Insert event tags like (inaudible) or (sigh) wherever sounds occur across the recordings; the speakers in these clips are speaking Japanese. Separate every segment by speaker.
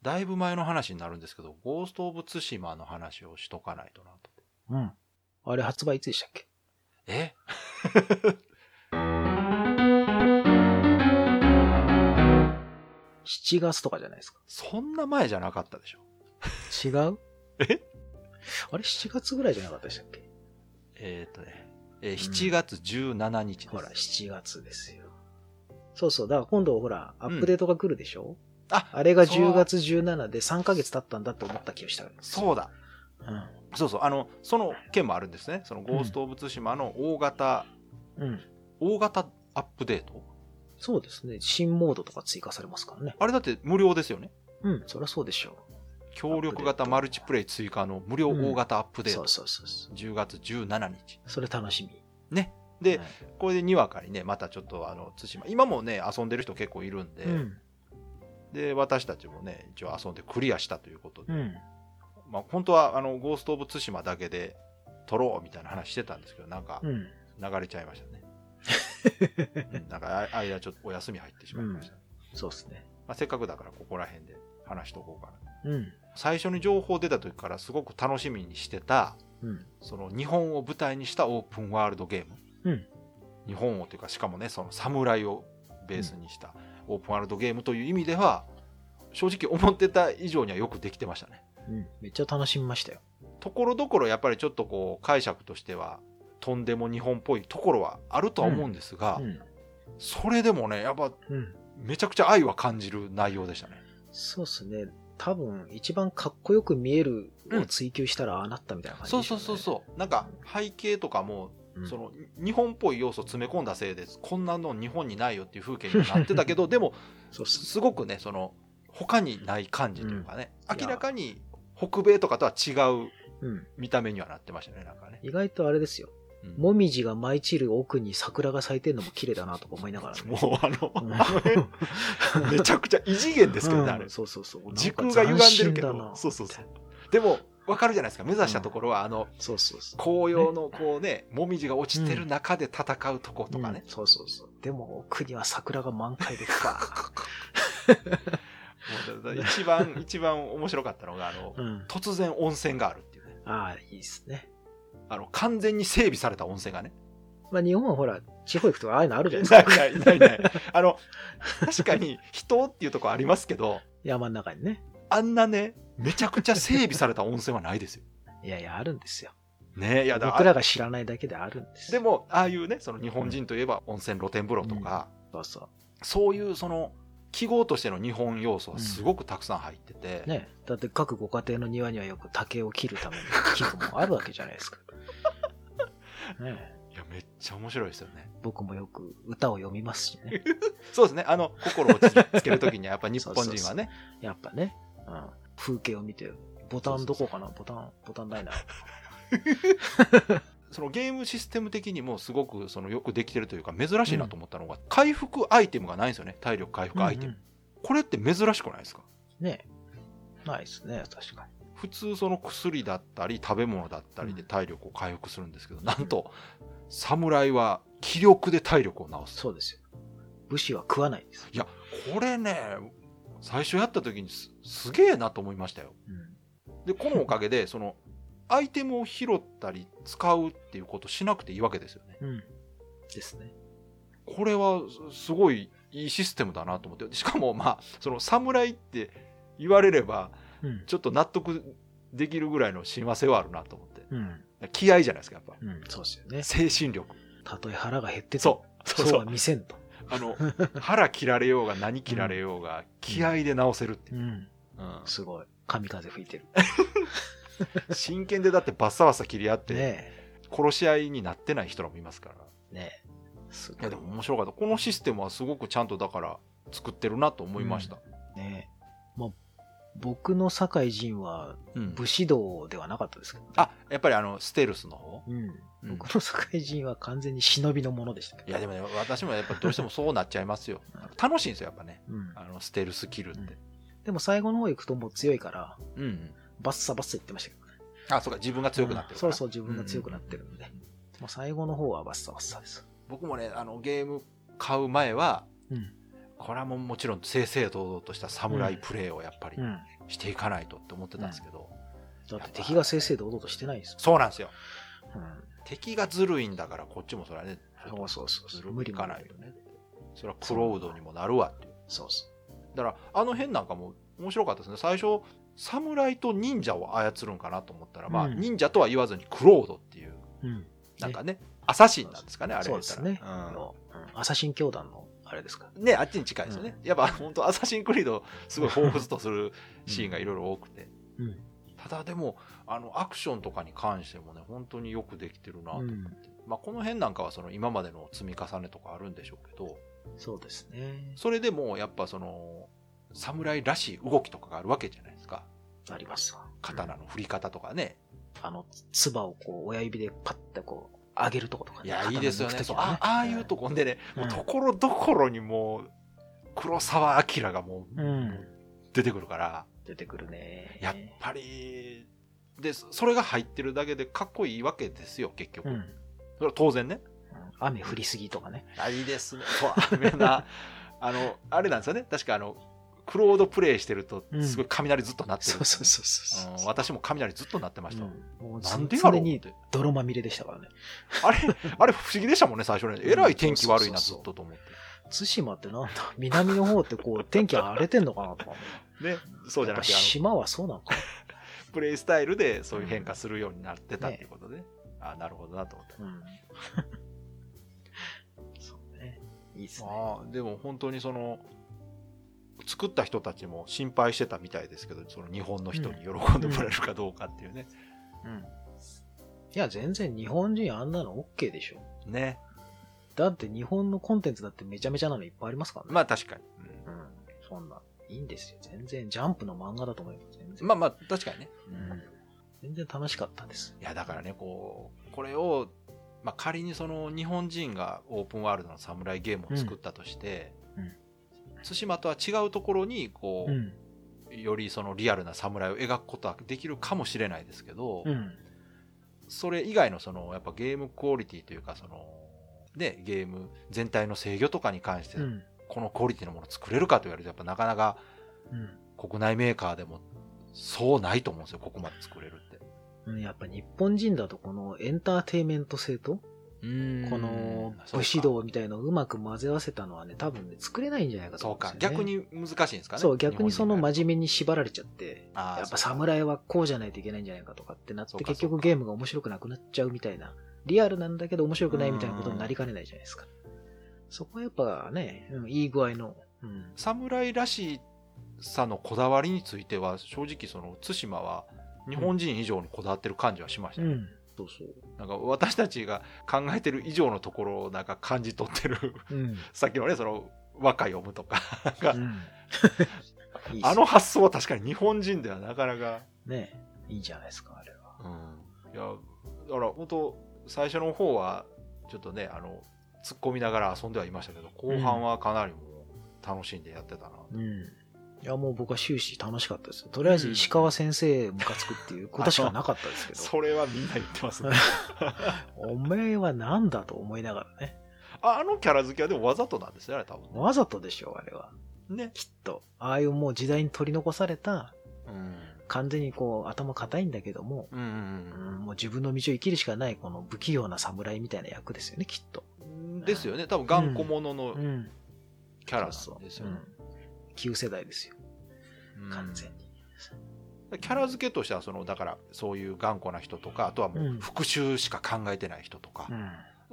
Speaker 1: だいぶ前の話になるんですけど、ゴースト・オブ・ツシマの話をしとかないとなと。
Speaker 2: うん。あれ発売いつでしたっけ
Speaker 1: え
Speaker 2: ?7 月とかじゃないですか。
Speaker 1: そんな前じゃなかったでしょ
Speaker 2: 違う
Speaker 1: え
Speaker 2: あれ7月ぐらいじゃなかったでしたっけ
Speaker 1: えーっとね、えー7月17日です。
Speaker 2: ほら、7月ですよ。そうそう。だから今度ほら、アップデートが来るでしょ、
Speaker 1: あ
Speaker 2: あれが
Speaker 1: そう
Speaker 2: 10月17で3ヶ月経ったんだと思った気がしたんですよ。
Speaker 1: そうだ。
Speaker 2: うん。
Speaker 1: そうそう。あの、その件もあるんですね。そのゴースト・オブ・ツシマの大型、
Speaker 2: うん。
Speaker 1: 大型アップデート
Speaker 2: そうですね。新モードとか追加されますからね。
Speaker 1: あれだって無料ですよね。
Speaker 2: うん。そりゃそうでしょ
Speaker 1: 協力型マルチプレイ追加の無料大型アップ
Speaker 2: う。
Speaker 1: デー
Speaker 2: そ
Speaker 1: ト
Speaker 2: う。そうそうそう。
Speaker 1: 10月17日。
Speaker 2: それ楽しみ。
Speaker 1: ね。で、
Speaker 2: はい
Speaker 1: これでにわかにね、またちょっとあの、対馬、今もね、遊んでる人結構いるんで、
Speaker 2: うん。
Speaker 1: で、私たちもね、一応遊んでクリアしたということで、
Speaker 2: うん。
Speaker 1: まあ、本当は、あの、ゴースト・オブ・対馬だけで撮ろうみたいな話してたんですけど、なんか、
Speaker 2: うん。
Speaker 1: 流れちゃいました
Speaker 2: (laughs)
Speaker 1: ね。うんなんか、あ間ちょっとお休み入ってしまいました。
Speaker 2: そうですね。
Speaker 1: まあ、せっかくだから、ここら辺で話しとこうかな。
Speaker 2: うん。
Speaker 1: 最初に情報出た時からすごく楽しみにしてた、
Speaker 2: うん。
Speaker 1: その日本を舞台にしたオープンワールドゲーム。
Speaker 2: うん
Speaker 1: 日本をというか、しかもね、その侍をベースにしたオープンワールドゲームという意味では、正直思ってた以上にはよくできてましたね。
Speaker 2: うん。めっちゃ楽しみましたよ。
Speaker 1: ところどころやっぱりちょっとこう解釈としては、とんでも日本っぽいところはあるとは思うんですが、
Speaker 2: うん。
Speaker 1: それでもね、やっぱ
Speaker 2: うん。
Speaker 1: めちゃくちゃ愛は感じる内容でしたね。
Speaker 2: そうですね。多分、一番かっこよく見えるを追求したらああなったみたいな感じ
Speaker 1: そ
Speaker 2: で
Speaker 1: う
Speaker 2: しょ
Speaker 1: そう
Speaker 2: ね、
Speaker 1: そうそう。なんか背景とかも
Speaker 2: うん。
Speaker 1: そのに日本っぽい要素を詰め込んだせいでこんなの日本にないよっていう風景にはなってたけどでも
Speaker 2: そうっす
Speaker 1: すごくねその他にない感じというかね、
Speaker 2: うんいや
Speaker 1: 明らかに北米とかとは違う
Speaker 2: うん。
Speaker 1: 見た目にはなってましたねなんかね、
Speaker 2: 意外とあれですよ。
Speaker 1: うん
Speaker 2: もみじが舞い散る奥に桜が咲いてるのも綺麗だなとか思いながら、ね。
Speaker 1: もうあの、
Speaker 2: うん
Speaker 1: あれめちゃくちゃ異次元ですけどね、あれ
Speaker 2: うんそうそうそう。
Speaker 1: 時空が歪んでるけ
Speaker 2: なんか斬新だ
Speaker 1: ど
Speaker 2: な
Speaker 1: そうそうそうでもわかるじゃないですか目指したところは、あの
Speaker 2: そうそうそう。
Speaker 1: 紅葉のこうねもみじが落ちてる中で戦うとことかね、
Speaker 2: うんそうそうそう。でも奥には桜が満開で
Speaker 1: (laughs)
Speaker 2: バー
Speaker 1: もうだだ一番一番面白かったのがあの
Speaker 2: ッうん。
Speaker 1: 突然温泉があるっていうね
Speaker 2: ああ、いいですね。
Speaker 1: あの完全に整備された温泉がね
Speaker 2: まあ日本はほら、地方行くとああいうのあるじゃないで
Speaker 1: (laughs)
Speaker 2: す
Speaker 1: ない
Speaker 2: か。
Speaker 1: ないないないあの確かに人っていうとこありますけど
Speaker 2: 山の中にね。
Speaker 1: あんなねめちゃくちゃ整備された温泉はないですよ
Speaker 2: いやいや、あるんですよ。
Speaker 1: (laughs) ねいやだ
Speaker 2: 僕らが知らないだけであるんです
Speaker 1: で
Speaker 2: よ。
Speaker 1: もああいうねその日本人といえば温泉露天風呂とか、
Speaker 2: そうそ
Speaker 1: そういうその記号としての日本要素はすごくたくさん入ってて、
Speaker 2: う。ね。だって各ご家庭の庭にはよく竹を切る
Speaker 1: (laughs)
Speaker 2: ための器具もあるわけじゃないですか。ね、
Speaker 1: いやめっちゃ面白いですよね
Speaker 2: 僕もよく歌を読みますしね。
Speaker 1: そうですねあの心をつつけるときに (laughs) はやっぱ日本人はね
Speaker 2: そうそうやっぱね。うん、風景を見て、ボタンどこかなボタン、ボタンないな。
Speaker 1: そのゲームシステム的にもすごくそのよくできてるというか珍しいなと思ったのが、回復アイテムがないんですよね体力回復アイテム、
Speaker 2: うん
Speaker 1: これって珍しくないですか
Speaker 2: うんねないですね、確か
Speaker 1: 普通その薬だったり食べ物だったりで
Speaker 2: うん
Speaker 1: 体力を回復するんですけど、なんと侍は気力で体力を治
Speaker 2: に。
Speaker 1: す
Speaker 2: そうですよ。武士は食わないです。
Speaker 1: いやこれね最初やった時にすすげえなと思いましたよ
Speaker 2: うん
Speaker 1: でこのおかげ
Speaker 2: (laughs)
Speaker 1: でそのアイテムを拾ったり使うっていうことしなくていいわけですよね
Speaker 2: うん。ですね。
Speaker 1: これはすすごいいいシステムだなと思ってしかもまあその侍って言われれば
Speaker 2: うん。
Speaker 1: ちょっと納得できるぐらいの親和性はあるなと思って
Speaker 2: うん。
Speaker 1: 気合じゃないですかやっぱ
Speaker 2: うん。そうですよね。
Speaker 1: 精神力
Speaker 2: たとえ腹が減ってても、
Speaker 1: そうそうそ
Speaker 2: は
Speaker 1: う
Speaker 2: 見せんと。
Speaker 1: あの (laughs) 腹切られようが何切られようが気合で治せるっていう、
Speaker 2: ん。
Speaker 1: うん
Speaker 2: すごい。神風吹いてる。
Speaker 1: 真剣でだってバッサバサ切り合って
Speaker 2: ね
Speaker 1: 殺し合いになってない人らもいますから
Speaker 2: え。ねえ。す
Speaker 1: い
Speaker 2: ご
Speaker 1: や
Speaker 2: い
Speaker 1: で。も面白かったこのシステムはすごくちゃんとだから作ってるなと思いました、
Speaker 2: ねえ。まあ、僕の堺人は
Speaker 1: うん
Speaker 2: 武士道ではなかったですけど、
Speaker 1: あやっぱりあのステルスの方
Speaker 2: うん。
Speaker 1: うん
Speaker 2: 僕の堺人は完全に忍びのものでしたけど。
Speaker 1: いやでもね、私もやっぱどうしてもそうなっちゃいますよ。楽しいんですよ、やっぱね。
Speaker 2: うん。
Speaker 1: あの、ステルスキルって。
Speaker 2: でも最後の方行くともう強いから、
Speaker 1: うん、うん。
Speaker 2: バッサバッサ言ってましたけどね。
Speaker 1: あ、そうか、自分が強くなってるか
Speaker 2: そ
Speaker 1: ら。
Speaker 2: うそう、自分が強くなってるんで。もう最後の方はバッサバッサです。
Speaker 1: 僕もね、あの、ゲーム買う前は、
Speaker 2: うん
Speaker 1: これはもうもちろん正々堂々とした侍プレーをやっぱり
Speaker 2: うん。
Speaker 1: していかないとって思ってたんですけど、
Speaker 2: だって敵が正々堂々としてないです
Speaker 1: そうなんですよ
Speaker 2: もん。
Speaker 1: 敵がずるいんだからこっちもそれはね
Speaker 2: うん。そうそうそう
Speaker 1: ず
Speaker 2: そ
Speaker 1: る
Speaker 2: う。無
Speaker 1: い
Speaker 2: 理
Speaker 1: か
Speaker 2: も
Speaker 1: ないとねそれはクロードにもなるわっていう
Speaker 2: そうそ
Speaker 1: だからあの辺なんかも面白かったですね最初侍と忍者を操るんかなと思ったら、まあ
Speaker 2: うん
Speaker 1: 忍者とは言わずにクロードっていう
Speaker 2: う。うん。
Speaker 1: なんかねアサシンなんですかねあれ
Speaker 2: そう
Speaker 1: 言っ
Speaker 2: で
Speaker 1: た
Speaker 2: す
Speaker 1: ら
Speaker 2: ね。
Speaker 1: う
Speaker 2: あ
Speaker 1: ん
Speaker 2: の、うんアサシン教団の、あれですか。
Speaker 1: ね、あっちに近いですよね、やっぱ本当アサシンクリードすごい彷彿とするシーンがいろいろ多くて、
Speaker 2: うん
Speaker 1: ただでもあのアクションとかに関してもね本当によくできてるなと、
Speaker 2: うん。
Speaker 1: まあ、この辺なんかはその今までの積み重ねとかあるんでしょうけど
Speaker 2: そうですね。
Speaker 1: それでもやっぱその侍らしい動きとかがあるわけじゃないですか
Speaker 2: ありますわ。
Speaker 1: 刀の振り方とかね、
Speaker 2: あの、唾をこう、親指でパッてこう、上げるとことかね
Speaker 1: いやいいですよねそう
Speaker 2: 刀
Speaker 1: あ
Speaker 2: 抜く時の
Speaker 1: ああいうとこんでね、
Speaker 2: うん
Speaker 1: もうところどころにもう黒澤明がもう
Speaker 2: うん。
Speaker 1: 出てくるから、
Speaker 2: 出てくるね。
Speaker 1: やっぱり、で、そそれが入ってるだけでかっこいいわけですよ、結局。
Speaker 2: うん。うん
Speaker 1: それは当然ね。
Speaker 2: 雨降りすぎとかね。
Speaker 1: あいいですね。そう、あめな、 (laughs) あの、あれなんですよね。確か、あの、クロードプレイしてると
Speaker 2: う、ん
Speaker 1: すごい雷ずっと鳴ってる。
Speaker 2: そうそうそうそう
Speaker 1: うん
Speaker 2: そう。
Speaker 1: 私も雷ずっと鳴ってました。
Speaker 2: うんもう
Speaker 1: な
Speaker 2: なんん
Speaker 1: で
Speaker 2: で
Speaker 1: やろう
Speaker 2: 常
Speaker 1: っ
Speaker 2: に
Speaker 1: て。
Speaker 2: 泥まみれでしたからね。
Speaker 1: あれ、あれ不思議でしたもんね、最初ね。えらい天気悪いな、
Speaker 2: うん
Speaker 1: ず
Speaker 2: そうそうそう
Speaker 1: っとと思って。
Speaker 2: 対馬ってなんだ南の方ってこう天気荒れてんのかなとか思
Speaker 1: ね、 (laughs) そうじゃなくて、
Speaker 2: や
Speaker 1: あ
Speaker 2: っぱ島はそうなのか
Speaker 1: の、プレイスタイルでそういう変化するようになってたっていうことで、あなるほどなと思って。
Speaker 2: な。うん。そうね。いいっすね。
Speaker 1: まあでも本当にその作った人たちも心配してたみたいですけどその日本の人に喜んでもらえるかどうかっていうね、
Speaker 2: うん。いや、全然日本人あんなの OK でしょ。
Speaker 1: ね
Speaker 2: だって日本のコンテンツだってめちゃめちゃなのいっぱいありますからね。
Speaker 1: まあ確かに、
Speaker 2: うん。そんな。いいんですよ。全然。ジャンプの漫画だと思えば全
Speaker 1: うん
Speaker 2: 然。
Speaker 1: まあまあ確かにね、
Speaker 2: うん
Speaker 1: い
Speaker 2: 全然楽しかったです。
Speaker 1: やだからねこうこれを、まあ、仮にその日本人がオープンワールドの侍ゲームを作ったとして、
Speaker 2: うんうん
Speaker 1: 対馬とは違うところにこう、
Speaker 2: ん。
Speaker 1: よりそのリアルな侍を描くことはできるかもしれないですけど、
Speaker 2: うん。
Speaker 1: それ以外のそのやっぱゲームクオリティというかそのねゲーム全体の制御とかに関して
Speaker 2: うん。
Speaker 1: このクオリティのものを作れるかと言われるとやっぱなかなか
Speaker 2: うん。
Speaker 1: 国内メーカーでもそうないと思うんですよここまで作れるって。
Speaker 2: うん、やっぱ日本人だとこのエンターテイメント性とこの武士道みたいのをうまく混ぜ合わせたのはね多分ね作れないんじゃないかと
Speaker 1: そう
Speaker 2: 思うん
Speaker 1: か
Speaker 2: ですよ、ね、
Speaker 1: 逆に難しいんですかね
Speaker 2: そう逆にその真
Speaker 1: 面
Speaker 2: 面目に縛られちゃって
Speaker 1: 目や
Speaker 2: やっぱ侍はこうじゃないといけないんじゃないかとかってなっ
Speaker 1: そう
Speaker 2: て
Speaker 1: かそうか
Speaker 2: 結局ゲームが面白くなくなっちゃうみたいなリアルなんだけど面白くないみたいなことになりかねないじゃないですかそこはやっぱね、うんいい具合の、うん、
Speaker 1: 侍らしさのこだわりについては正直その対馬は日本人以上にこだわってる感じはしましたね、
Speaker 2: そうそう
Speaker 1: なんか私たちが考えてる以上のところをなんか感じ取って
Speaker 2: (laughs)
Speaker 1: る (laughs)
Speaker 2: うん、
Speaker 1: さっきのね、その和歌読むとかが、
Speaker 2: いいっす
Speaker 1: あの発想は確かに日本人ではなかなか、
Speaker 2: ねいいじゃないですかあれは
Speaker 1: うん、いや、だから本当、最初の方は、ちょっとね、あの、突っ込みながら遊んではいましたけど、後半はかなりもう楽しんでやってたな。
Speaker 2: うん。いや、もう僕は終始楽しかったですよ。とりあえず石川先生ムカつくっていうことしかなかったです
Speaker 1: (laughs)
Speaker 2: けど、
Speaker 1: それはみんな言ってますね。
Speaker 2: おめえはなんだと思いながらね。
Speaker 1: (laughs) ああのキャラ付けはでもわざとなんですよね、多分
Speaker 2: わざとでしょう、あれは。
Speaker 1: ね。ね。
Speaker 2: きっと。ああいうもう時代に取り残された、
Speaker 1: うん。
Speaker 2: 完全にこう頭固いんだけども、
Speaker 1: うんう
Speaker 2: うんん、もう自分の道を生きるしかないこの不器用な侍みたいな役ですよね、きっと。
Speaker 1: うん。ですよね、多分頑固者の
Speaker 2: ん。
Speaker 1: キャラなんです
Speaker 2: そ
Speaker 1: よ
Speaker 2: う
Speaker 1: ね。
Speaker 2: そう。うん。旧世代ですよ、
Speaker 1: うん
Speaker 2: 完全に。
Speaker 1: キャラ付けとしてはそのだからそういう頑固な人とかあとはもううん復讐しか考えてない人とか、
Speaker 2: ん。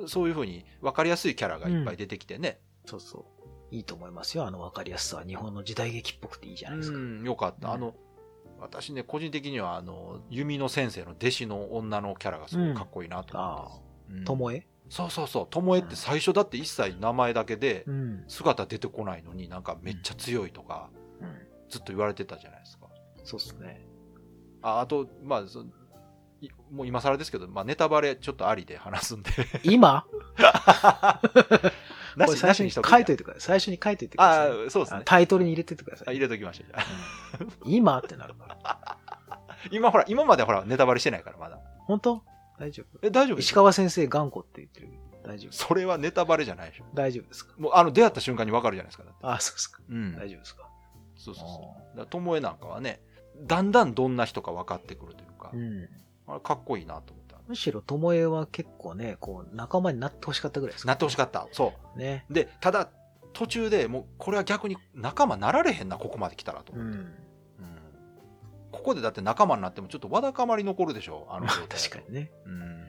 Speaker 1: そういうふうに分かりやすいキャラがいっぱい出てきてね、
Speaker 2: そうそう。いいと思いますよ、あの分かりやすさは。日本の時代劇っぽくていいじゃないですか。
Speaker 1: うんよかった、
Speaker 2: うん
Speaker 1: あの私ね個人的にはあの弓の先生の弟子の女のキャラがすごいかっこいいなと思って
Speaker 2: ああ
Speaker 1: ます、、うん
Speaker 2: ともえ
Speaker 1: そうそうそう巴って最初だって一切名前だけで
Speaker 2: うん。
Speaker 1: 姿出てこないのになんかめっちゃ強いとか
Speaker 2: うん。
Speaker 1: ずっと言われてたじゃないですか
Speaker 2: そうっすね。
Speaker 1: ああとまあそいもう今更ですけど、まあ、ネタバレちょっとありで話すん
Speaker 2: (laughs)
Speaker 1: で
Speaker 2: 今
Speaker 1: な
Speaker 2: これ
Speaker 1: し
Speaker 2: 最
Speaker 1: な
Speaker 2: 初
Speaker 1: し
Speaker 2: に
Speaker 1: にし
Speaker 2: 書
Speaker 1: とく
Speaker 2: いといてください。最初に書いといてくださ
Speaker 1: あ
Speaker 2: い。
Speaker 1: あ、そうです
Speaker 2: あ
Speaker 1: ね。
Speaker 2: タイトルに入れてってくだ
Speaker 1: あ
Speaker 2: さい。
Speaker 1: 入れときましょうじゃあ。
Speaker 2: 今ってなるから。
Speaker 1: 今ほら、今まではほら、ネタバレしてないからまだ。
Speaker 2: 本当大丈
Speaker 1: え、大丈
Speaker 2: 夫
Speaker 1: 夫です
Speaker 2: 石
Speaker 1: か
Speaker 2: 川先生頑固って言ってる。大丈夫。
Speaker 1: それはネタバレじゃないでしょ。
Speaker 2: 大丈夫ですか
Speaker 1: もうあの出会った瞬間に分かるじゃないですか。だって
Speaker 2: あ、そうですか。
Speaker 1: うん。
Speaker 2: 大丈夫ですか。
Speaker 1: そうそうそう。だともえなんかはね、だんだんどんな人か分かってくるというか
Speaker 2: う、ん。
Speaker 1: あれかっこいいなと思った。
Speaker 2: むしろ、ともえは結構ね、こう、仲間になってほしかったぐらいです
Speaker 1: なってほしか
Speaker 2: っ
Speaker 1: った。そ
Speaker 2: た。ね。
Speaker 1: う。で、ただ、途中でもう、これは逆に仲間なられへんな、ここまで来たらと思
Speaker 2: う
Speaker 1: って。
Speaker 2: ん。
Speaker 1: うんここでだって仲間になってもちょっとわだかまり残るでしょ、あの
Speaker 2: まあ
Speaker 1: 状、態
Speaker 2: (laughs) 確かにね。
Speaker 1: うん。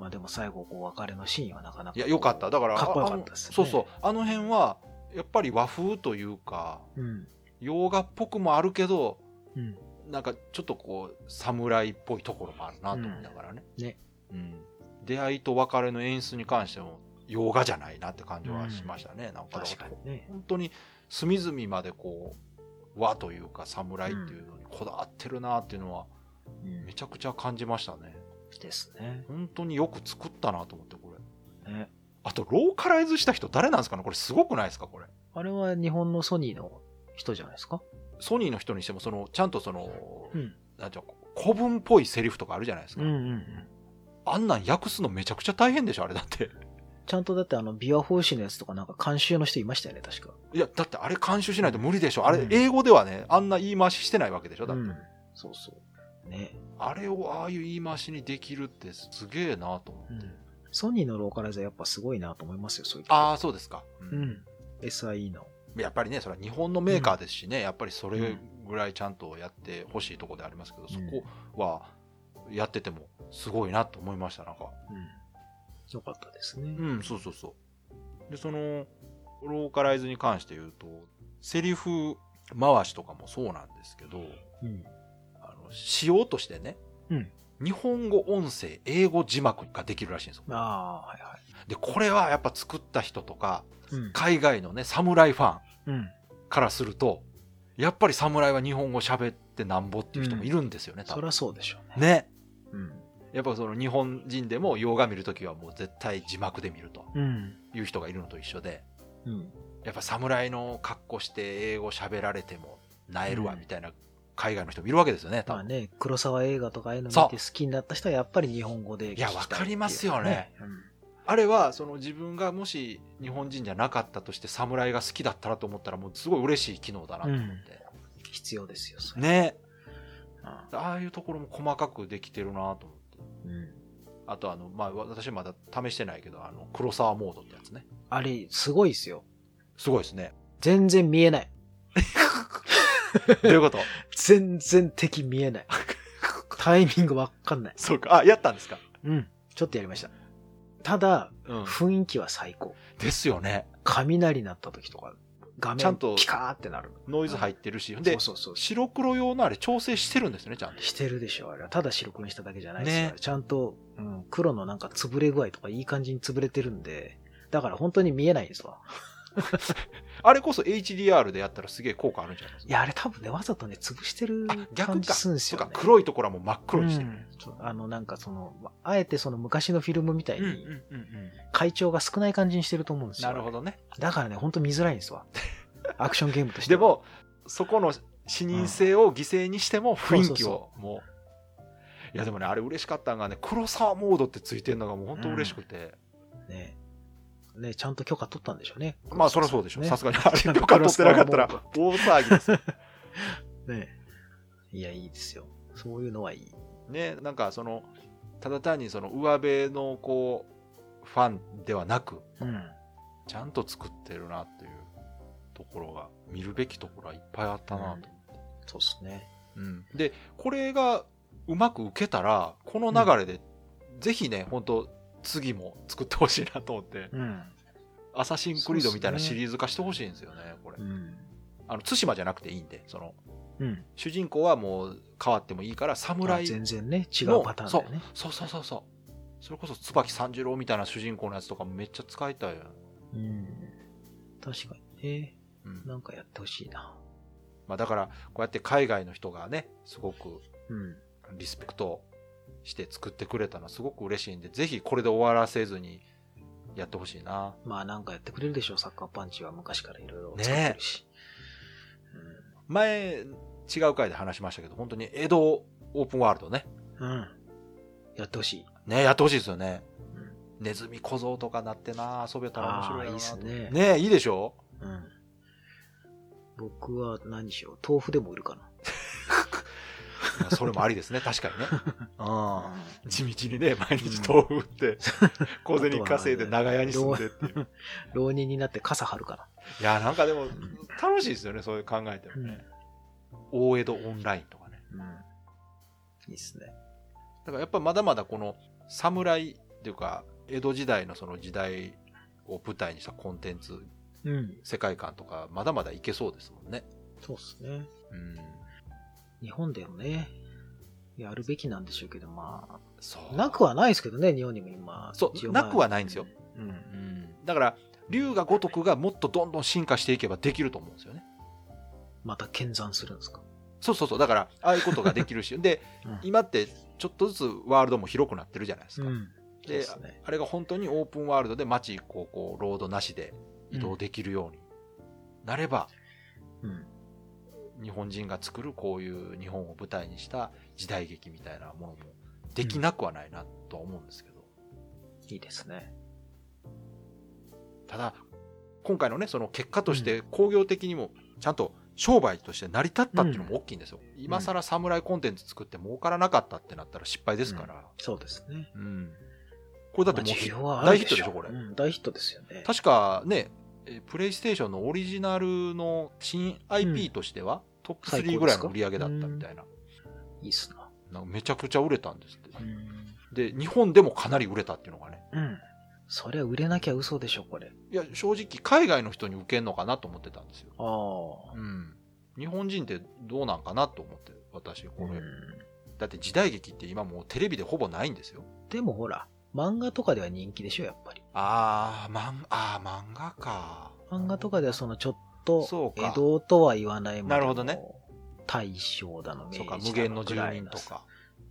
Speaker 2: まあ、でも最後、こう、別れのシーンはなかなか。
Speaker 1: いや、よかった。だから、
Speaker 2: かっこよか
Speaker 1: あ
Speaker 2: っ
Speaker 1: の
Speaker 2: たですね
Speaker 1: そうそう。あの辺は、やっぱり和風というか、
Speaker 2: うん。
Speaker 1: 洋画っぽくもあるけど、
Speaker 2: うん。
Speaker 1: なんかちょっとこう、侍っぽいところもあるなと思いながらね。
Speaker 2: うんね
Speaker 1: うん出会いと別れの演出に関しても、洋画じゃないなって感じはしましたね。なんかだら
Speaker 2: 確かにね。
Speaker 1: 本当に隅々までこう、和というか侍っていうのにこだわってるなっていうのは、
Speaker 2: うん
Speaker 1: め。ちゃくちゃ感じましたね。
Speaker 2: ですね。
Speaker 1: 本当によく作ったなと思って、これ。
Speaker 2: ね。
Speaker 1: あと、ローカライズした人誰なんですかねこれすごくないですかこれ。
Speaker 2: あれは日本のソニーの人じゃないですか。
Speaker 1: ソニーの人にしても、その、ちゃんとその、
Speaker 2: うん。
Speaker 1: なんていうの古文っぽいセリフとかあるじゃないです
Speaker 2: う
Speaker 1: か。
Speaker 2: んうんうん。
Speaker 1: あんなん訳すのめちゃくちゃ大変でしょあれだって。
Speaker 2: ちゃんとだってあの、ビア法師のやつとかなんか監修の人いましたよね、確か。
Speaker 1: いや、だってあれ監修しないと無理でしょあれ
Speaker 2: う、ん
Speaker 1: 英語ではね、あんな言い回ししてないわけでしょだ
Speaker 2: う
Speaker 1: って。
Speaker 2: ん。そうそう。ね。
Speaker 1: あれを、ああいう言い回しにできるってすげえなと思って。
Speaker 2: うん。ソニーのローカライザーやっぱすごいなと思いますよ、そういうとこ
Speaker 1: ああ、そうですか。う
Speaker 2: うんん。SIE の。
Speaker 1: やっぱりね、それは日本のメーカーですしね、やっぱりそれぐらいちゃんとやってほしいところでありますけど、そこはやっててもすごいなと思いました、なんか。
Speaker 2: うん。よかったですね。
Speaker 1: うん、そうそうそう。で、その、ローカライズに関して言うと、セリフ回しとかもそうなんですけど、
Speaker 2: うん。
Speaker 1: あの、仕様としてね、
Speaker 2: うん
Speaker 1: 日本語音声、英語字幕ができるらしいんですよ。
Speaker 2: ああ、はいはい。
Speaker 1: で、これはやっぱ作った人とか、
Speaker 2: うん。
Speaker 1: 海外のね、侍ファン
Speaker 2: うん。
Speaker 1: からすると、やっぱり侍は日本語喋ってなんぼっていう人もいるんですよね、多
Speaker 2: そり
Speaker 1: 分
Speaker 2: ゃそうでしょうね。
Speaker 1: ね。
Speaker 2: うん。
Speaker 1: やっぱその日本人でも洋画見るときはもう絶対字幕で見ると
Speaker 2: うん。
Speaker 1: いう人がいるのと一緒で、
Speaker 2: うん。
Speaker 1: やっぱ侍の格好して英語喋られてもなえるわ
Speaker 2: うん
Speaker 1: みたいな海外の人もいるわけですよね、多
Speaker 2: まあ
Speaker 1: 分。
Speaker 2: ね、黒沢映画とかああいうの見て
Speaker 1: そう
Speaker 2: 好きになった人はやっぱり日本語で聞きたってう
Speaker 1: いやわかりますよね。
Speaker 2: うん
Speaker 1: あれはその自分がもし日本人じゃなかったとして侍が好きだったらと思ったらもうすごい嬉しい機能だなと思って。
Speaker 2: 必要ですよ、それ。
Speaker 1: ねああいうところも細かくできてるなと思って。
Speaker 2: うん。
Speaker 1: あとあの、まあ私まだ試してないけど、あの、黒沢モードってやつね。
Speaker 2: あれ、すごいですよ。
Speaker 1: すごいですね。 (laughs)
Speaker 2: 全然見えない。
Speaker 1: どういうこと
Speaker 2: 全然敵見えない。タイミングわかんない。
Speaker 1: そうか。あ、やったんですか。
Speaker 2: うん。ちょっとやりました。ただ、
Speaker 1: うん。
Speaker 2: 雰囲気は最高。
Speaker 1: ですよね。
Speaker 2: 雷鳴った時とか、画
Speaker 1: ちゃん
Speaker 2: 面
Speaker 1: と
Speaker 2: ピカーってなる。
Speaker 1: ノイズ入ってるし。
Speaker 2: そ
Speaker 1: で
Speaker 2: う、そうそう。
Speaker 1: 白黒用のあれ調整してるんですね、ちゃんと。
Speaker 2: してるでしょ、あれは。ただ白黒にしただけじゃないですよ。
Speaker 1: ね
Speaker 2: ちゃんと、うん、黒のなんか潰れ具合とかいい感じに潰れてるんで、だから本当に見えないんですわ。
Speaker 1: あれこそ HDR でやったらすげえ効果あるんじゃないです
Speaker 2: い
Speaker 1: か。
Speaker 2: や、あれ多分ね、わざとね、潰してる
Speaker 1: あ、逆
Speaker 2: 感じ
Speaker 1: か。
Speaker 2: するんです
Speaker 1: そ
Speaker 2: よ、
Speaker 1: う
Speaker 2: ね。
Speaker 1: か、黒いところはもう真っ黒にしてる。
Speaker 2: うんそうあの、なんかその、まあえてその昔のフィルムみたいに、
Speaker 1: うんうん。
Speaker 2: 会長が少ない感じにしてると思うんですよ。
Speaker 1: なるほどね。
Speaker 2: だからね、ほんと見づらいんで
Speaker 1: (laughs)
Speaker 2: すわ。アクションゲームとして。
Speaker 1: で、も、そこの視認性を犠牲にしても雰囲気をもう。いやでもね、あれ嬉しかったのがね、黒沢モードってついてるのがもう本当嬉しくて。
Speaker 2: ね。ね、ちゃんと許可取ったんでしょうね。
Speaker 1: まあそりゃそうでしょ。
Speaker 2: ね
Speaker 1: さすがに。あ (laughs) れ
Speaker 2: な
Speaker 1: 許
Speaker 2: んか
Speaker 1: 可取ってなかったら
Speaker 2: 黒
Speaker 1: 大騒ぎですよ。
Speaker 2: (laughs) ね。いや、いいですよ。そういうのはいい。
Speaker 1: ね、 (laughs) なんかその、ただ単にその上辺のこう、ファンではなく、
Speaker 2: うん。
Speaker 1: ちゃんと作ってるなっていうところが、見るべきところはいっぱいあったなと。
Speaker 2: そうですね。
Speaker 1: うんで、これがうまく受けたら、この流れで、ぜひね、本当次も作ってほしいなと思って、
Speaker 2: うん。
Speaker 1: アサシンクリードみたいな
Speaker 2: そうっす
Speaker 1: シ
Speaker 2: ね
Speaker 1: リーズ化してほしいんですよね、これ
Speaker 2: う。ん。
Speaker 1: あの、対馬じゃなくていいんで、その、
Speaker 2: うん。
Speaker 1: 主人公はもう変わってもいいから、
Speaker 2: あ
Speaker 1: 侍
Speaker 2: 全然ね、違うパターンだよね。
Speaker 1: そうそうそうそう。それこそ椿三十郎みたいな主人公のやつとかめっちゃ使いたいよね、
Speaker 2: うん。確かにね。
Speaker 1: うん
Speaker 2: なんかやってほしいな。
Speaker 1: まあ、だからこうやって海外の人がねすごく
Speaker 2: うん。
Speaker 1: リスペクトして作ってくれたのはすごく嬉しいんでぜひこれで終わらせずにやってほしいな
Speaker 2: まあなんかやってくれるでしょう、サッカーパンチは昔からいろいろ作ってるし。
Speaker 1: 前違う回で話しましたけど本当に江戸オープンワールドね
Speaker 2: うん。うん。やってほしい。
Speaker 1: ねやってほしいですよね
Speaker 2: うん。
Speaker 1: ネズミ小僧とかなってな、遊べたら面白い
Speaker 2: あ
Speaker 1: な
Speaker 2: あ、
Speaker 1: い
Speaker 2: いっ
Speaker 1: と
Speaker 2: すね。
Speaker 1: ねえ、いいでしょ
Speaker 2: うん。僕は何しよう。豆腐でも売るか
Speaker 1: まあそれもありですね、確か
Speaker 2: (laughs)
Speaker 1: にね。
Speaker 2: な。
Speaker 1: うん。地道にね、毎日豆腐売って、小銭稼いで長屋に住んでっていう。
Speaker 2: 浪人になって傘張るか
Speaker 1: いや、なんかでも、楽しいですよね、そういう考えてもね。大江戸オンラインとかね。
Speaker 2: な。うん。いいっすね。
Speaker 1: だからやっぱまだまだこの侍っていうか、江戸時代のその時代を舞台にしたコンテンツ、
Speaker 2: うん。
Speaker 1: 世界観とか、まだまだいけそうですもんね。
Speaker 2: そうっすね。
Speaker 1: うん。
Speaker 2: 日本でもね、やるべきなんでしょうけど、ま
Speaker 1: そう。
Speaker 2: あ、なくはないですけどね、日本にも今。
Speaker 1: そう
Speaker 2: 一応
Speaker 1: なくはないんですよ。
Speaker 2: う
Speaker 1: う
Speaker 2: ん。
Speaker 1: ん。だから、龍が如くがもっとどんどん進化していけばできると思うんですよね。
Speaker 2: また見参するんですか。
Speaker 1: そうそうそう。だから、ああいうことができる
Speaker 2: (laughs)
Speaker 1: し。で、
Speaker 2: うん
Speaker 1: 今ってちょっとずつワールドも広くなってるじゃないですか。
Speaker 2: うん。そうっ
Speaker 1: です
Speaker 2: ね。
Speaker 1: あれが本当にオープンワールドで街こうこうロードなしで移動できるようになれば、
Speaker 2: うん。
Speaker 1: 日本人が作るこういう日本を舞台にした時代劇みたいなものもできなくはないなとは思うんですけど、
Speaker 2: いいですね。
Speaker 1: ただ今回のねその結果として工業的にもちゃんと商売として成り立ったっていうのも大きいんですよ、今更侍コンテンツ作って儲からなかったってなったら失敗ですから、
Speaker 2: そうですね。
Speaker 1: うんこれだっても
Speaker 2: まあ需要
Speaker 1: う
Speaker 2: はあ
Speaker 1: 大
Speaker 2: る
Speaker 1: ヒットでしょこれ、
Speaker 2: うん、大ヒットですよね。
Speaker 1: 確かね、えープレイステーションのオリジナルの新 IP としては、トップ
Speaker 2: 最高で
Speaker 1: 3ぐらい
Speaker 2: すか
Speaker 1: の売り上げだったみたいな。
Speaker 2: いいっすな。
Speaker 1: なんかめちゃくちゃ売れたんですって。
Speaker 2: うん。
Speaker 1: で、日本でもかなり売れたっていうのがね。
Speaker 2: うん。そりゃ売れなきゃ嘘でしょ、これ。
Speaker 1: いや、正直、海外の人に受けんのかなと思ってたんですよ。
Speaker 2: ああ。
Speaker 1: うん。日本人ってどうなんかなと思って、私、これ。
Speaker 2: うん
Speaker 1: だって時代劇って今もうテレビでほぼないんですよ。
Speaker 2: でもほら、漫画とかでは人気でしょ、やっぱり。
Speaker 1: あー、漫あー漫画か。
Speaker 2: 漫画とかではそのちょっ
Speaker 1: そう
Speaker 2: と、
Speaker 1: か
Speaker 2: 江戸とは言わないもの
Speaker 1: な
Speaker 2: の
Speaker 1: るほどね。
Speaker 2: 大正だの、明治
Speaker 1: そう
Speaker 2: だ
Speaker 1: か、無限の
Speaker 2: ぐ
Speaker 1: 住
Speaker 2: らい
Speaker 1: 人と。か。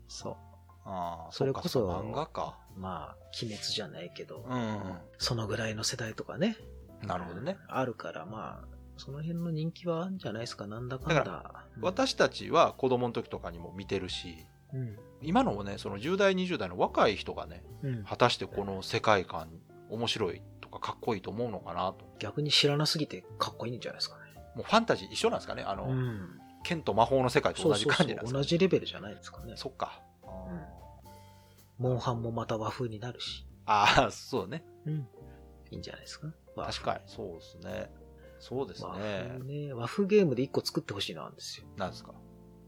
Speaker 2: そ
Speaker 1: あー
Speaker 2: それこそ
Speaker 1: うかうか漫画か。
Speaker 2: う。まあ、鬼滅じゃないけど、
Speaker 1: うんうん、
Speaker 2: そのぐらいの世代とかね。
Speaker 1: うん。なるほどね。
Speaker 2: あるから、まあ、その辺の人気はあるんじゃないですか、なんだかんだ。
Speaker 1: だか
Speaker 2: うん、
Speaker 1: 私たちは子供の時とかにも見てるし
Speaker 2: うん。
Speaker 1: 今のねその10代20代の若い人がね
Speaker 2: うん。
Speaker 1: 果たしてこの世界観面白いとかかっこいいと思うのかなと
Speaker 2: 逆に知らなすぎてかっこいいんじゃないですかね。
Speaker 1: もうファンタジー一緒なんですかねあの、
Speaker 2: うん。
Speaker 1: 剣と魔法の世界と
Speaker 2: そ
Speaker 1: 同
Speaker 2: う
Speaker 1: じ
Speaker 2: そう
Speaker 1: 感
Speaker 2: そ
Speaker 1: じなんで
Speaker 2: う。
Speaker 1: すか
Speaker 2: 同じレベルじゃないですかね。
Speaker 1: そっか
Speaker 2: うんモンハンもまた和風になるし。
Speaker 1: ああそうね
Speaker 2: うん。いいんじゃないですか。和
Speaker 1: 確
Speaker 2: 風
Speaker 1: かにそうですねそうです
Speaker 2: 和
Speaker 1: ね
Speaker 2: 風ね。和風ゲームで一個作ってほしいなんですよ。
Speaker 1: なんですか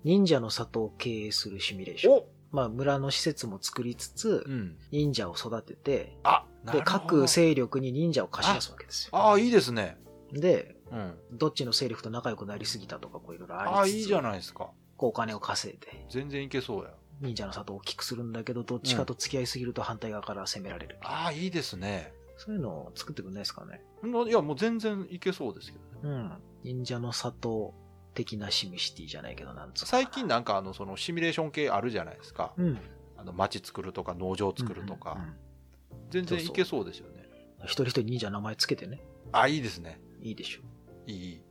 Speaker 2: 忍者の里を経営するシミュレーション。
Speaker 1: お
Speaker 2: まあ村の施設も作りつつ
Speaker 1: う、ん
Speaker 2: 忍者を育てて、
Speaker 1: あなる
Speaker 2: で、
Speaker 1: ほど
Speaker 2: 各勢力に忍者を貸し出すわけですよ。
Speaker 1: ああいいですね
Speaker 2: で、
Speaker 1: うん
Speaker 2: どっちの勢力と仲良くなりすぎたとかこういろいろ
Speaker 1: あ
Speaker 2: あ
Speaker 1: あ
Speaker 2: り
Speaker 1: い
Speaker 2: つつ、
Speaker 1: いじゃないですか
Speaker 2: こうお金を稼いで、
Speaker 1: 全然いけそうや
Speaker 2: 忍者の里を大きくするんだけど、どっちかと付き合いすぎると反対側から攻められる。
Speaker 1: ああいいですね
Speaker 2: そういうのを作ってくんないですかね。
Speaker 1: いやもう全然いけそうですけどね
Speaker 2: うん。忍者の里的なシミシティじゃないけど、なんつうのかな
Speaker 1: 最近なんかあのそのシミュレーション系あるじゃないですか、
Speaker 2: うん。
Speaker 1: あの街作るとか農場作るとか、
Speaker 2: うんうんうん
Speaker 1: 全然いけそうですよね
Speaker 2: 一人一人忍者名前つけてね。
Speaker 1: あいいですね
Speaker 2: いいでしょ。
Speaker 1: いいいい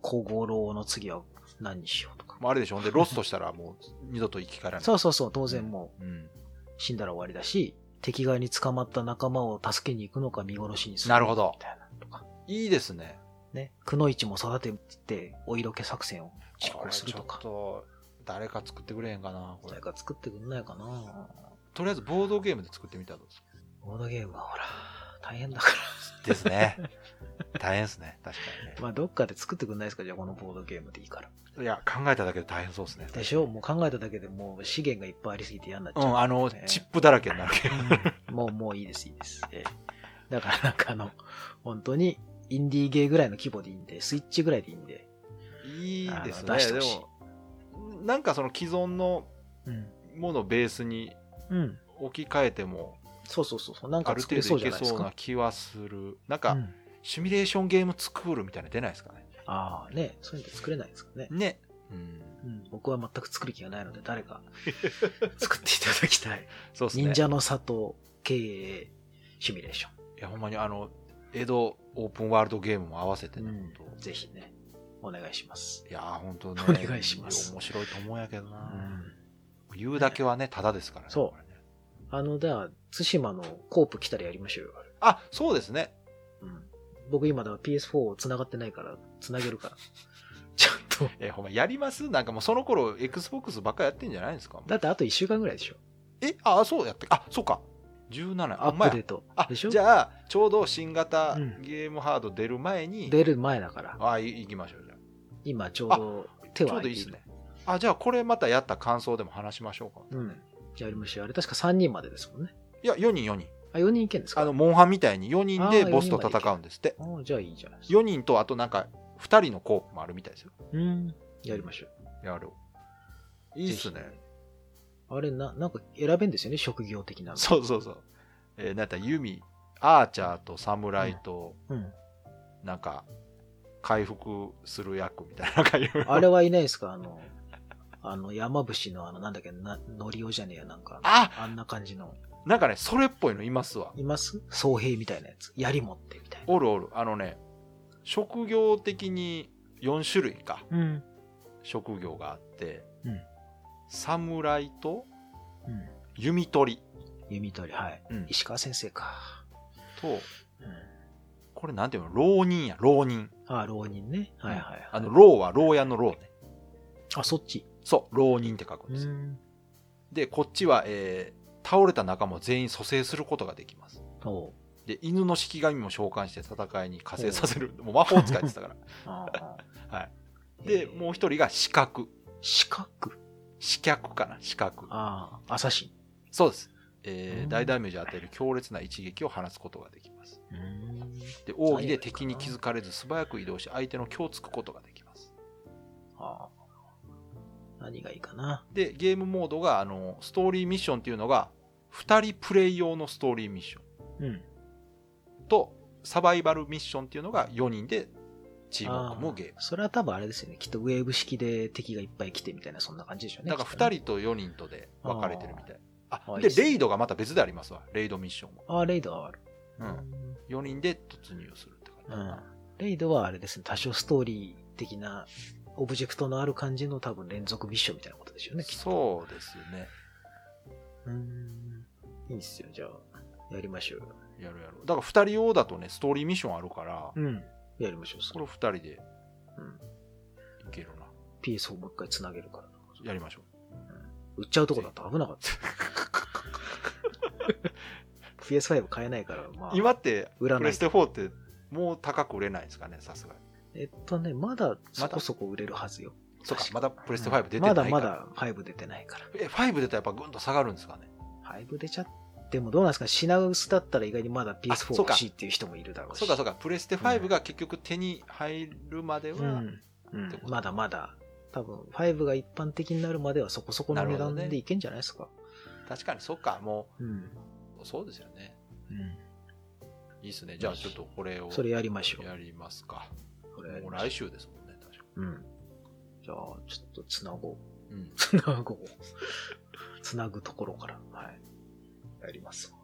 Speaker 2: 小五郎の次は何にしようとか。
Speaker 1: もうあれでしょでロストしたらもう二度と生き返らない
Speaker 2: そうそうそう、当然も
Speaker 1: う、ん、
Speaker 2: う死んだら終わりだし、敵側に捕まった仲間を助けに行くのか見殺しにする
Speaker 1: なる
Speaker 2: のか
Speaker 1: ほど
Speaker 2: みたいなとか。
Speaker 1: いいですね
Speaker 2: ね。くのいちも育てて、お色気作戦を実
Speaker 1: こ
Speaker 2: 行
Speaker 1: れ
Speaker 2: する
Speaker 1: ちょ
Speaker 2: と
Speaker 1: っ
Speaker 2: か。
Speaker 1: と誰か作ってくれへんかなこれ
Speaker 2: 誰か作ってくんないかな
Speaker 1: とりあえずボードゲームで作ってみたらどうですか
Speaker 2: ボードゲームはほら、大変だから。 (laughs)
Speaker 1: ですね大変ですね確かにね
Speaker 2: まあ、どっかで作ってくんないですかじゃあ、このボードゲームでいいから。
Speaker 1: いや考えただけで大変そうですね
Speaker 2: でしょもう考えただけでもう資源がいっぱいありすぎて嫌になっち
Speaker 1: う
Speaker 2: ゃう。
Speaker 1: んあのチップだらけになるけど
Speaker 2: もう、もういいです、いいです。ええだからなんかあの、本当に、インディーゲーぐらいの規模でいいんで、スイッチぐらいでいいんで。
Speaker 1: いいです
Speaker 2: あの出して
Speaker 1: ねで
Speaker 2: ほしい
Speaker 1: もなんかその既存の
Speaker 2: うん。
Speaker 1: ものをベースに
Speaker 2: うん。
Speaker 1: 置き換えても
Speaker 2: そうそうそうそう。なん
Speaker 1: あ
Speaker 2: か
Speaker 1: る
Speaker 2: 作
Speaker 1: 程
Speaker 2: れ
Speaker 1: 度
Speaker 2: そう
Speaker 1: い
Speaker 2: じ
Speaker 1: け
Speaker 2: ゃないです
Speaker 1: そう
Speaker 2: か。
Speaker 1: な気はするなんか、
Speaker 2: うん
Speaker 1: シミュレーションゲームスクールみたいなの出ないですかね
Speaker 2: ああ、ね、そういうの作れないですかね。
Speaker 1: ねうん
Speaker 2: うん。僕は全く作る気がないので、
Speaker 1: (laughs)
Speaker 2: 誰か作っていただきたい。
Speaker 1: そうですね
Speaker 2: 忍者の里経営シミュレーショ
Speaker 1: いやほんまにあの江戸オープンワールドゲームも合わせて
Speaker 2: ン。
Speaker 1: ね、
Speaker 2: うん
Speaker 1: ほんと。
Speaker 2: ぜひね、お願いします。
Speaker 1: いやー本当ね
Speaker 2: お願いします
Speaker 1: 面白いと思うんやけど
Speaker 2: う
Speaker 1: な、
Speaker 2: ん。
Speaker 1: 言うだけはねただですからね
Speaker 2: そう
Speaker 1: これね
Speaker 2: あの、だから、対馬のコープ来たらやりましょうよ。
Speaker 1: あ、そうですね。
Speaker 2: うん。僕今だから PS4 繋がってないから、繋げる
Speaker 1: (laughs)
Speaker 2: から。ちゃんと。
Speaker 1: えーほんま、やりますなんかもうその頃、Xbox ばっかやってんじゃないんですか
Speaker 2: だってあと1週間ぐらいでしょ。
Speaker 1: え、あ、そうやって、あ、そうか。17、
Speaker 2: ア
Speaker 1: ほんま
Speaker 2: ッ
Speaker 1: や
Speaker 2: プデート
Speaker 1: あ、
Speaker 2: でしょ
Speaker 1: じゃあ、ちょうど新型
Speaker 2: うん
Speaker 1: ゲームハード出る前に、
Speaker 2: 出る前だから。
Speaker 1: あ、い行きましょう、じゃあ
Speaker 2: 今ちょうど手
Speaker 1: ちょ
Speaker 2: は
Speaker 1: うどいい
Speaker 2: 空いて
Speaker 1: で
Speaker 2: い
Speaker 1: す
Speaker 2: る
Speaker 1: ね。。あ、じゃあこれまたやった感想でも話しましょうか。
Speaker 2: うん。やりましょう。あれ確か3人までですもんね。
Speaker 1: いや、4人4人。
Speaker 2: あ、4人いけんですか
Speaker 1: あの、モンハンみたいに4人
Speaker 2: あ
Speaker 1: で
Speaker 2: ー
Speaker 1: ボスと戦うんですって。
Speaker 2: あーじゃあいいじゃないですか。
Speaker 1: 4人と、あとなんか、2人のコープもあるみたいですよ。
Speaker 2: うん。やりましょう。
Speaker 1: やろう。いいっす
Speaker 2: ぜ
Speaker 1: ね。
Speaker 2: ひ。あれ、な、なんか選べんですよね、職業的なの。
Speaker 1: そうそうそう。えー、なんか弓、アーチャーと侍と、
Speaker 2: うん。
Speaker 1: なんか、回復する役みたいな、なんかいろいろ
Speaker 2: あれはいないですかあの、あの、山伏のあの、なんだっけ、な、のりおじゃねえや、なんか。
Speaker 1: (laughs) あ
Speaker 2: あんな感じの。
Speaker 1: なんかね、それっぽいのいますわ。
Speaker 2: います僧兵みたいなやつ。槍持ってみたい
Speaker 1: おるおる。あのね、職業的に4種類か、
Speaker 2: な。うん。
Speaker 1: 職業があって、
Speaker 2: うん
Speaker 1: 侍と
Speaker 2: うん。
Speaker 1: 弓取り
Speaker 2: 弓取り、はい。
Speaker 1: うん
Speaker 2: 石川先生か。
Speaker 1: と、
Speaker 2: うん。
Speaker 1: これなんていうの浪人や、浪人。
Speaker 2: ああ、浪人ね。はいはいはい。
Speaker 1: あの、浪は牢屋の牢ね。
Speaker 2: あ、そっち。
Speaker 1: そう、浪人って書くんです。
Speaker 2: ん。
Speaker 1: で、こっちは、えー倒れた仲間を全員蘇生することができます。
Speaker 2: おう。
Speaker 1: で、犬の式神も召喚して戦いに加勢させる。もう魔法使いってたから。
Speaker 2: あ
Speaker 1: (laughs)
Speaker 2: あ
Speaker 1: はい。で、もう
Speaker 2: う。
Speaker 1: 一人が死角。
Speaker 2: 四角
Speaker 1: 死客かな死角。
Speaker 2: ああ、アサシ
Speaker 1: そうです。え
Speaker 2: う
Speaker 1: ー
Speaker 2: ん
Speaker 1: 大ダメージを与える強烈な一撃を放つことができます。
Speaker 2: ン。うん。
Speaker 1: で、奥義で敵に気づかれず素早く移動し、相手の強をつくことができます。
Speaker 2: ああ。何がいいかな。
Speaker 1: で、ゲームモードが、あの、ストーリーミッションっていうのが、2人プレイ用のストーリーミッショ
Speaker 2: うん。
Speaker 1: ンと、サバイバルミッションっていうのが4人でチームを組むゲーム。
Speaker 2: ああそれは多分あれですよね。きっとウェーブ式で敵がいっぱい来てみたいな、そんな感じでしょうね。
Speaker 1: だから
Speaker 2: きっと
Speaker 1: 2
Speaker 2: ね
Speaker 1: 人と4人とで分かれてるみたい。あ
Speaker 2: あ、ーいい
Speaker 1: で、
Speaker 2: っすね
Speaker 1: レイドがまた別でありますわ。レイドミッションも。
Speaker 2: ああ、レイドはある。
Speaker 1: うん。4人で突入するって感じ
Speaker 2: う
Speaker 1: か
Speaker 2: ん
Speaker 1: な。。
Speaker 2: レイドはあれですね。多少ストーリー的な、オブジェクトのある感じの多分連続ミッションみたいなことでしょうね、きっと。
Speaker 1: そうですね。
Speaker 2: うーんいいっすよ、じゃあ。やりましょうよ。
Speaker 1: やるやる。だから2人用だとね、ストーリーミッションあるから、
Speaker 2: うん。やりましょう、そ
Speaker 1: こ
Speaker 2: れ
Speaker 1: れ。2人で
Speaker 2: うん、
Speaker 1: いけるな。
Speaker 2: PS4 もう一回繋げるから。
Speaker 1: やりましょう。
Speaker 2: 売っちゃうとこだった危なか
Speaker 1: (laughs)
Speaker 2: った。PS5 買えないから、まあ。
Speaker 1: 今って、
Speaker 2: 売ら
Speaker 1: プ
Speaker 2: な
Speaker 1: レ
Speaker 2: い
Speaker 1: ス。テ4ってもう高く売れないんですかね、さすがに。
Speaker 2: えっとね、まだそこそこ売れるはずよ。
Speaker 1: そうか
Speaker 2: 確、
Speaker 1: まだプ
Speaker 2: プ
Speaker 1: レステ5出てないから。
Speaker 2: まだまだ5出てないから。
Speaker 1: え、5出たらやっぱぐんと下がるんですかね。
Speaker 2: 5出ちゃってもどうなんですか品薄だったら意外にまだ
Speaker 1: あそう
Speaker 2: PS4
Speaker 1: か
Speaker 2: 欲しいっていう人もいるだろうし。
Speaker 1: そうかそうか、プレステ5が結局手に入るまでは、
Speaker 2: うん。うん
Speaker 1: ってこと
Speaker 2: まだまだ。多分、5が一般的になるまではそこそこの値
Speaker 1: なるほ
Speaker 2: 段
Speaker 1: どね
Speaker 2: でいけんじゃないですか。
Speaker 1: 確かにそうか、も
Speaker 2: うん。
Speaker 1: う、そうですよね。
Speaker 2: うん。
Speaker 1: いいっすね。じゃあちょっとこれを
Speaker 2: それやりましょう。
Speaker 1: やりますか。
Speaker 2: それやり
Speaker 1: もう
Speaker 2: ましょ
Speaker 1: 来週ですもんね、確か。
Speaker 2: う。うん。じゃあ、ちょっとつなごう。 (laughs)
Speaker 1: うん。
Speaker 2: つなごう。つなぐところから。はい。やります。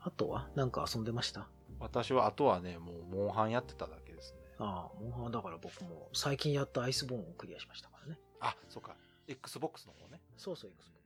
Speaker 2: あとはなんか遊んでました
Speaker 1: 私は、あとはね、もう、モンハンやってただけですね。
Speaker 2: ああ、モンハンだから僕も最近やったアイスボーンをクリアしましたからね。
Speaker 1: あ、そうか。Xbox の方ね。
Speaker 2: そうそう、いくつか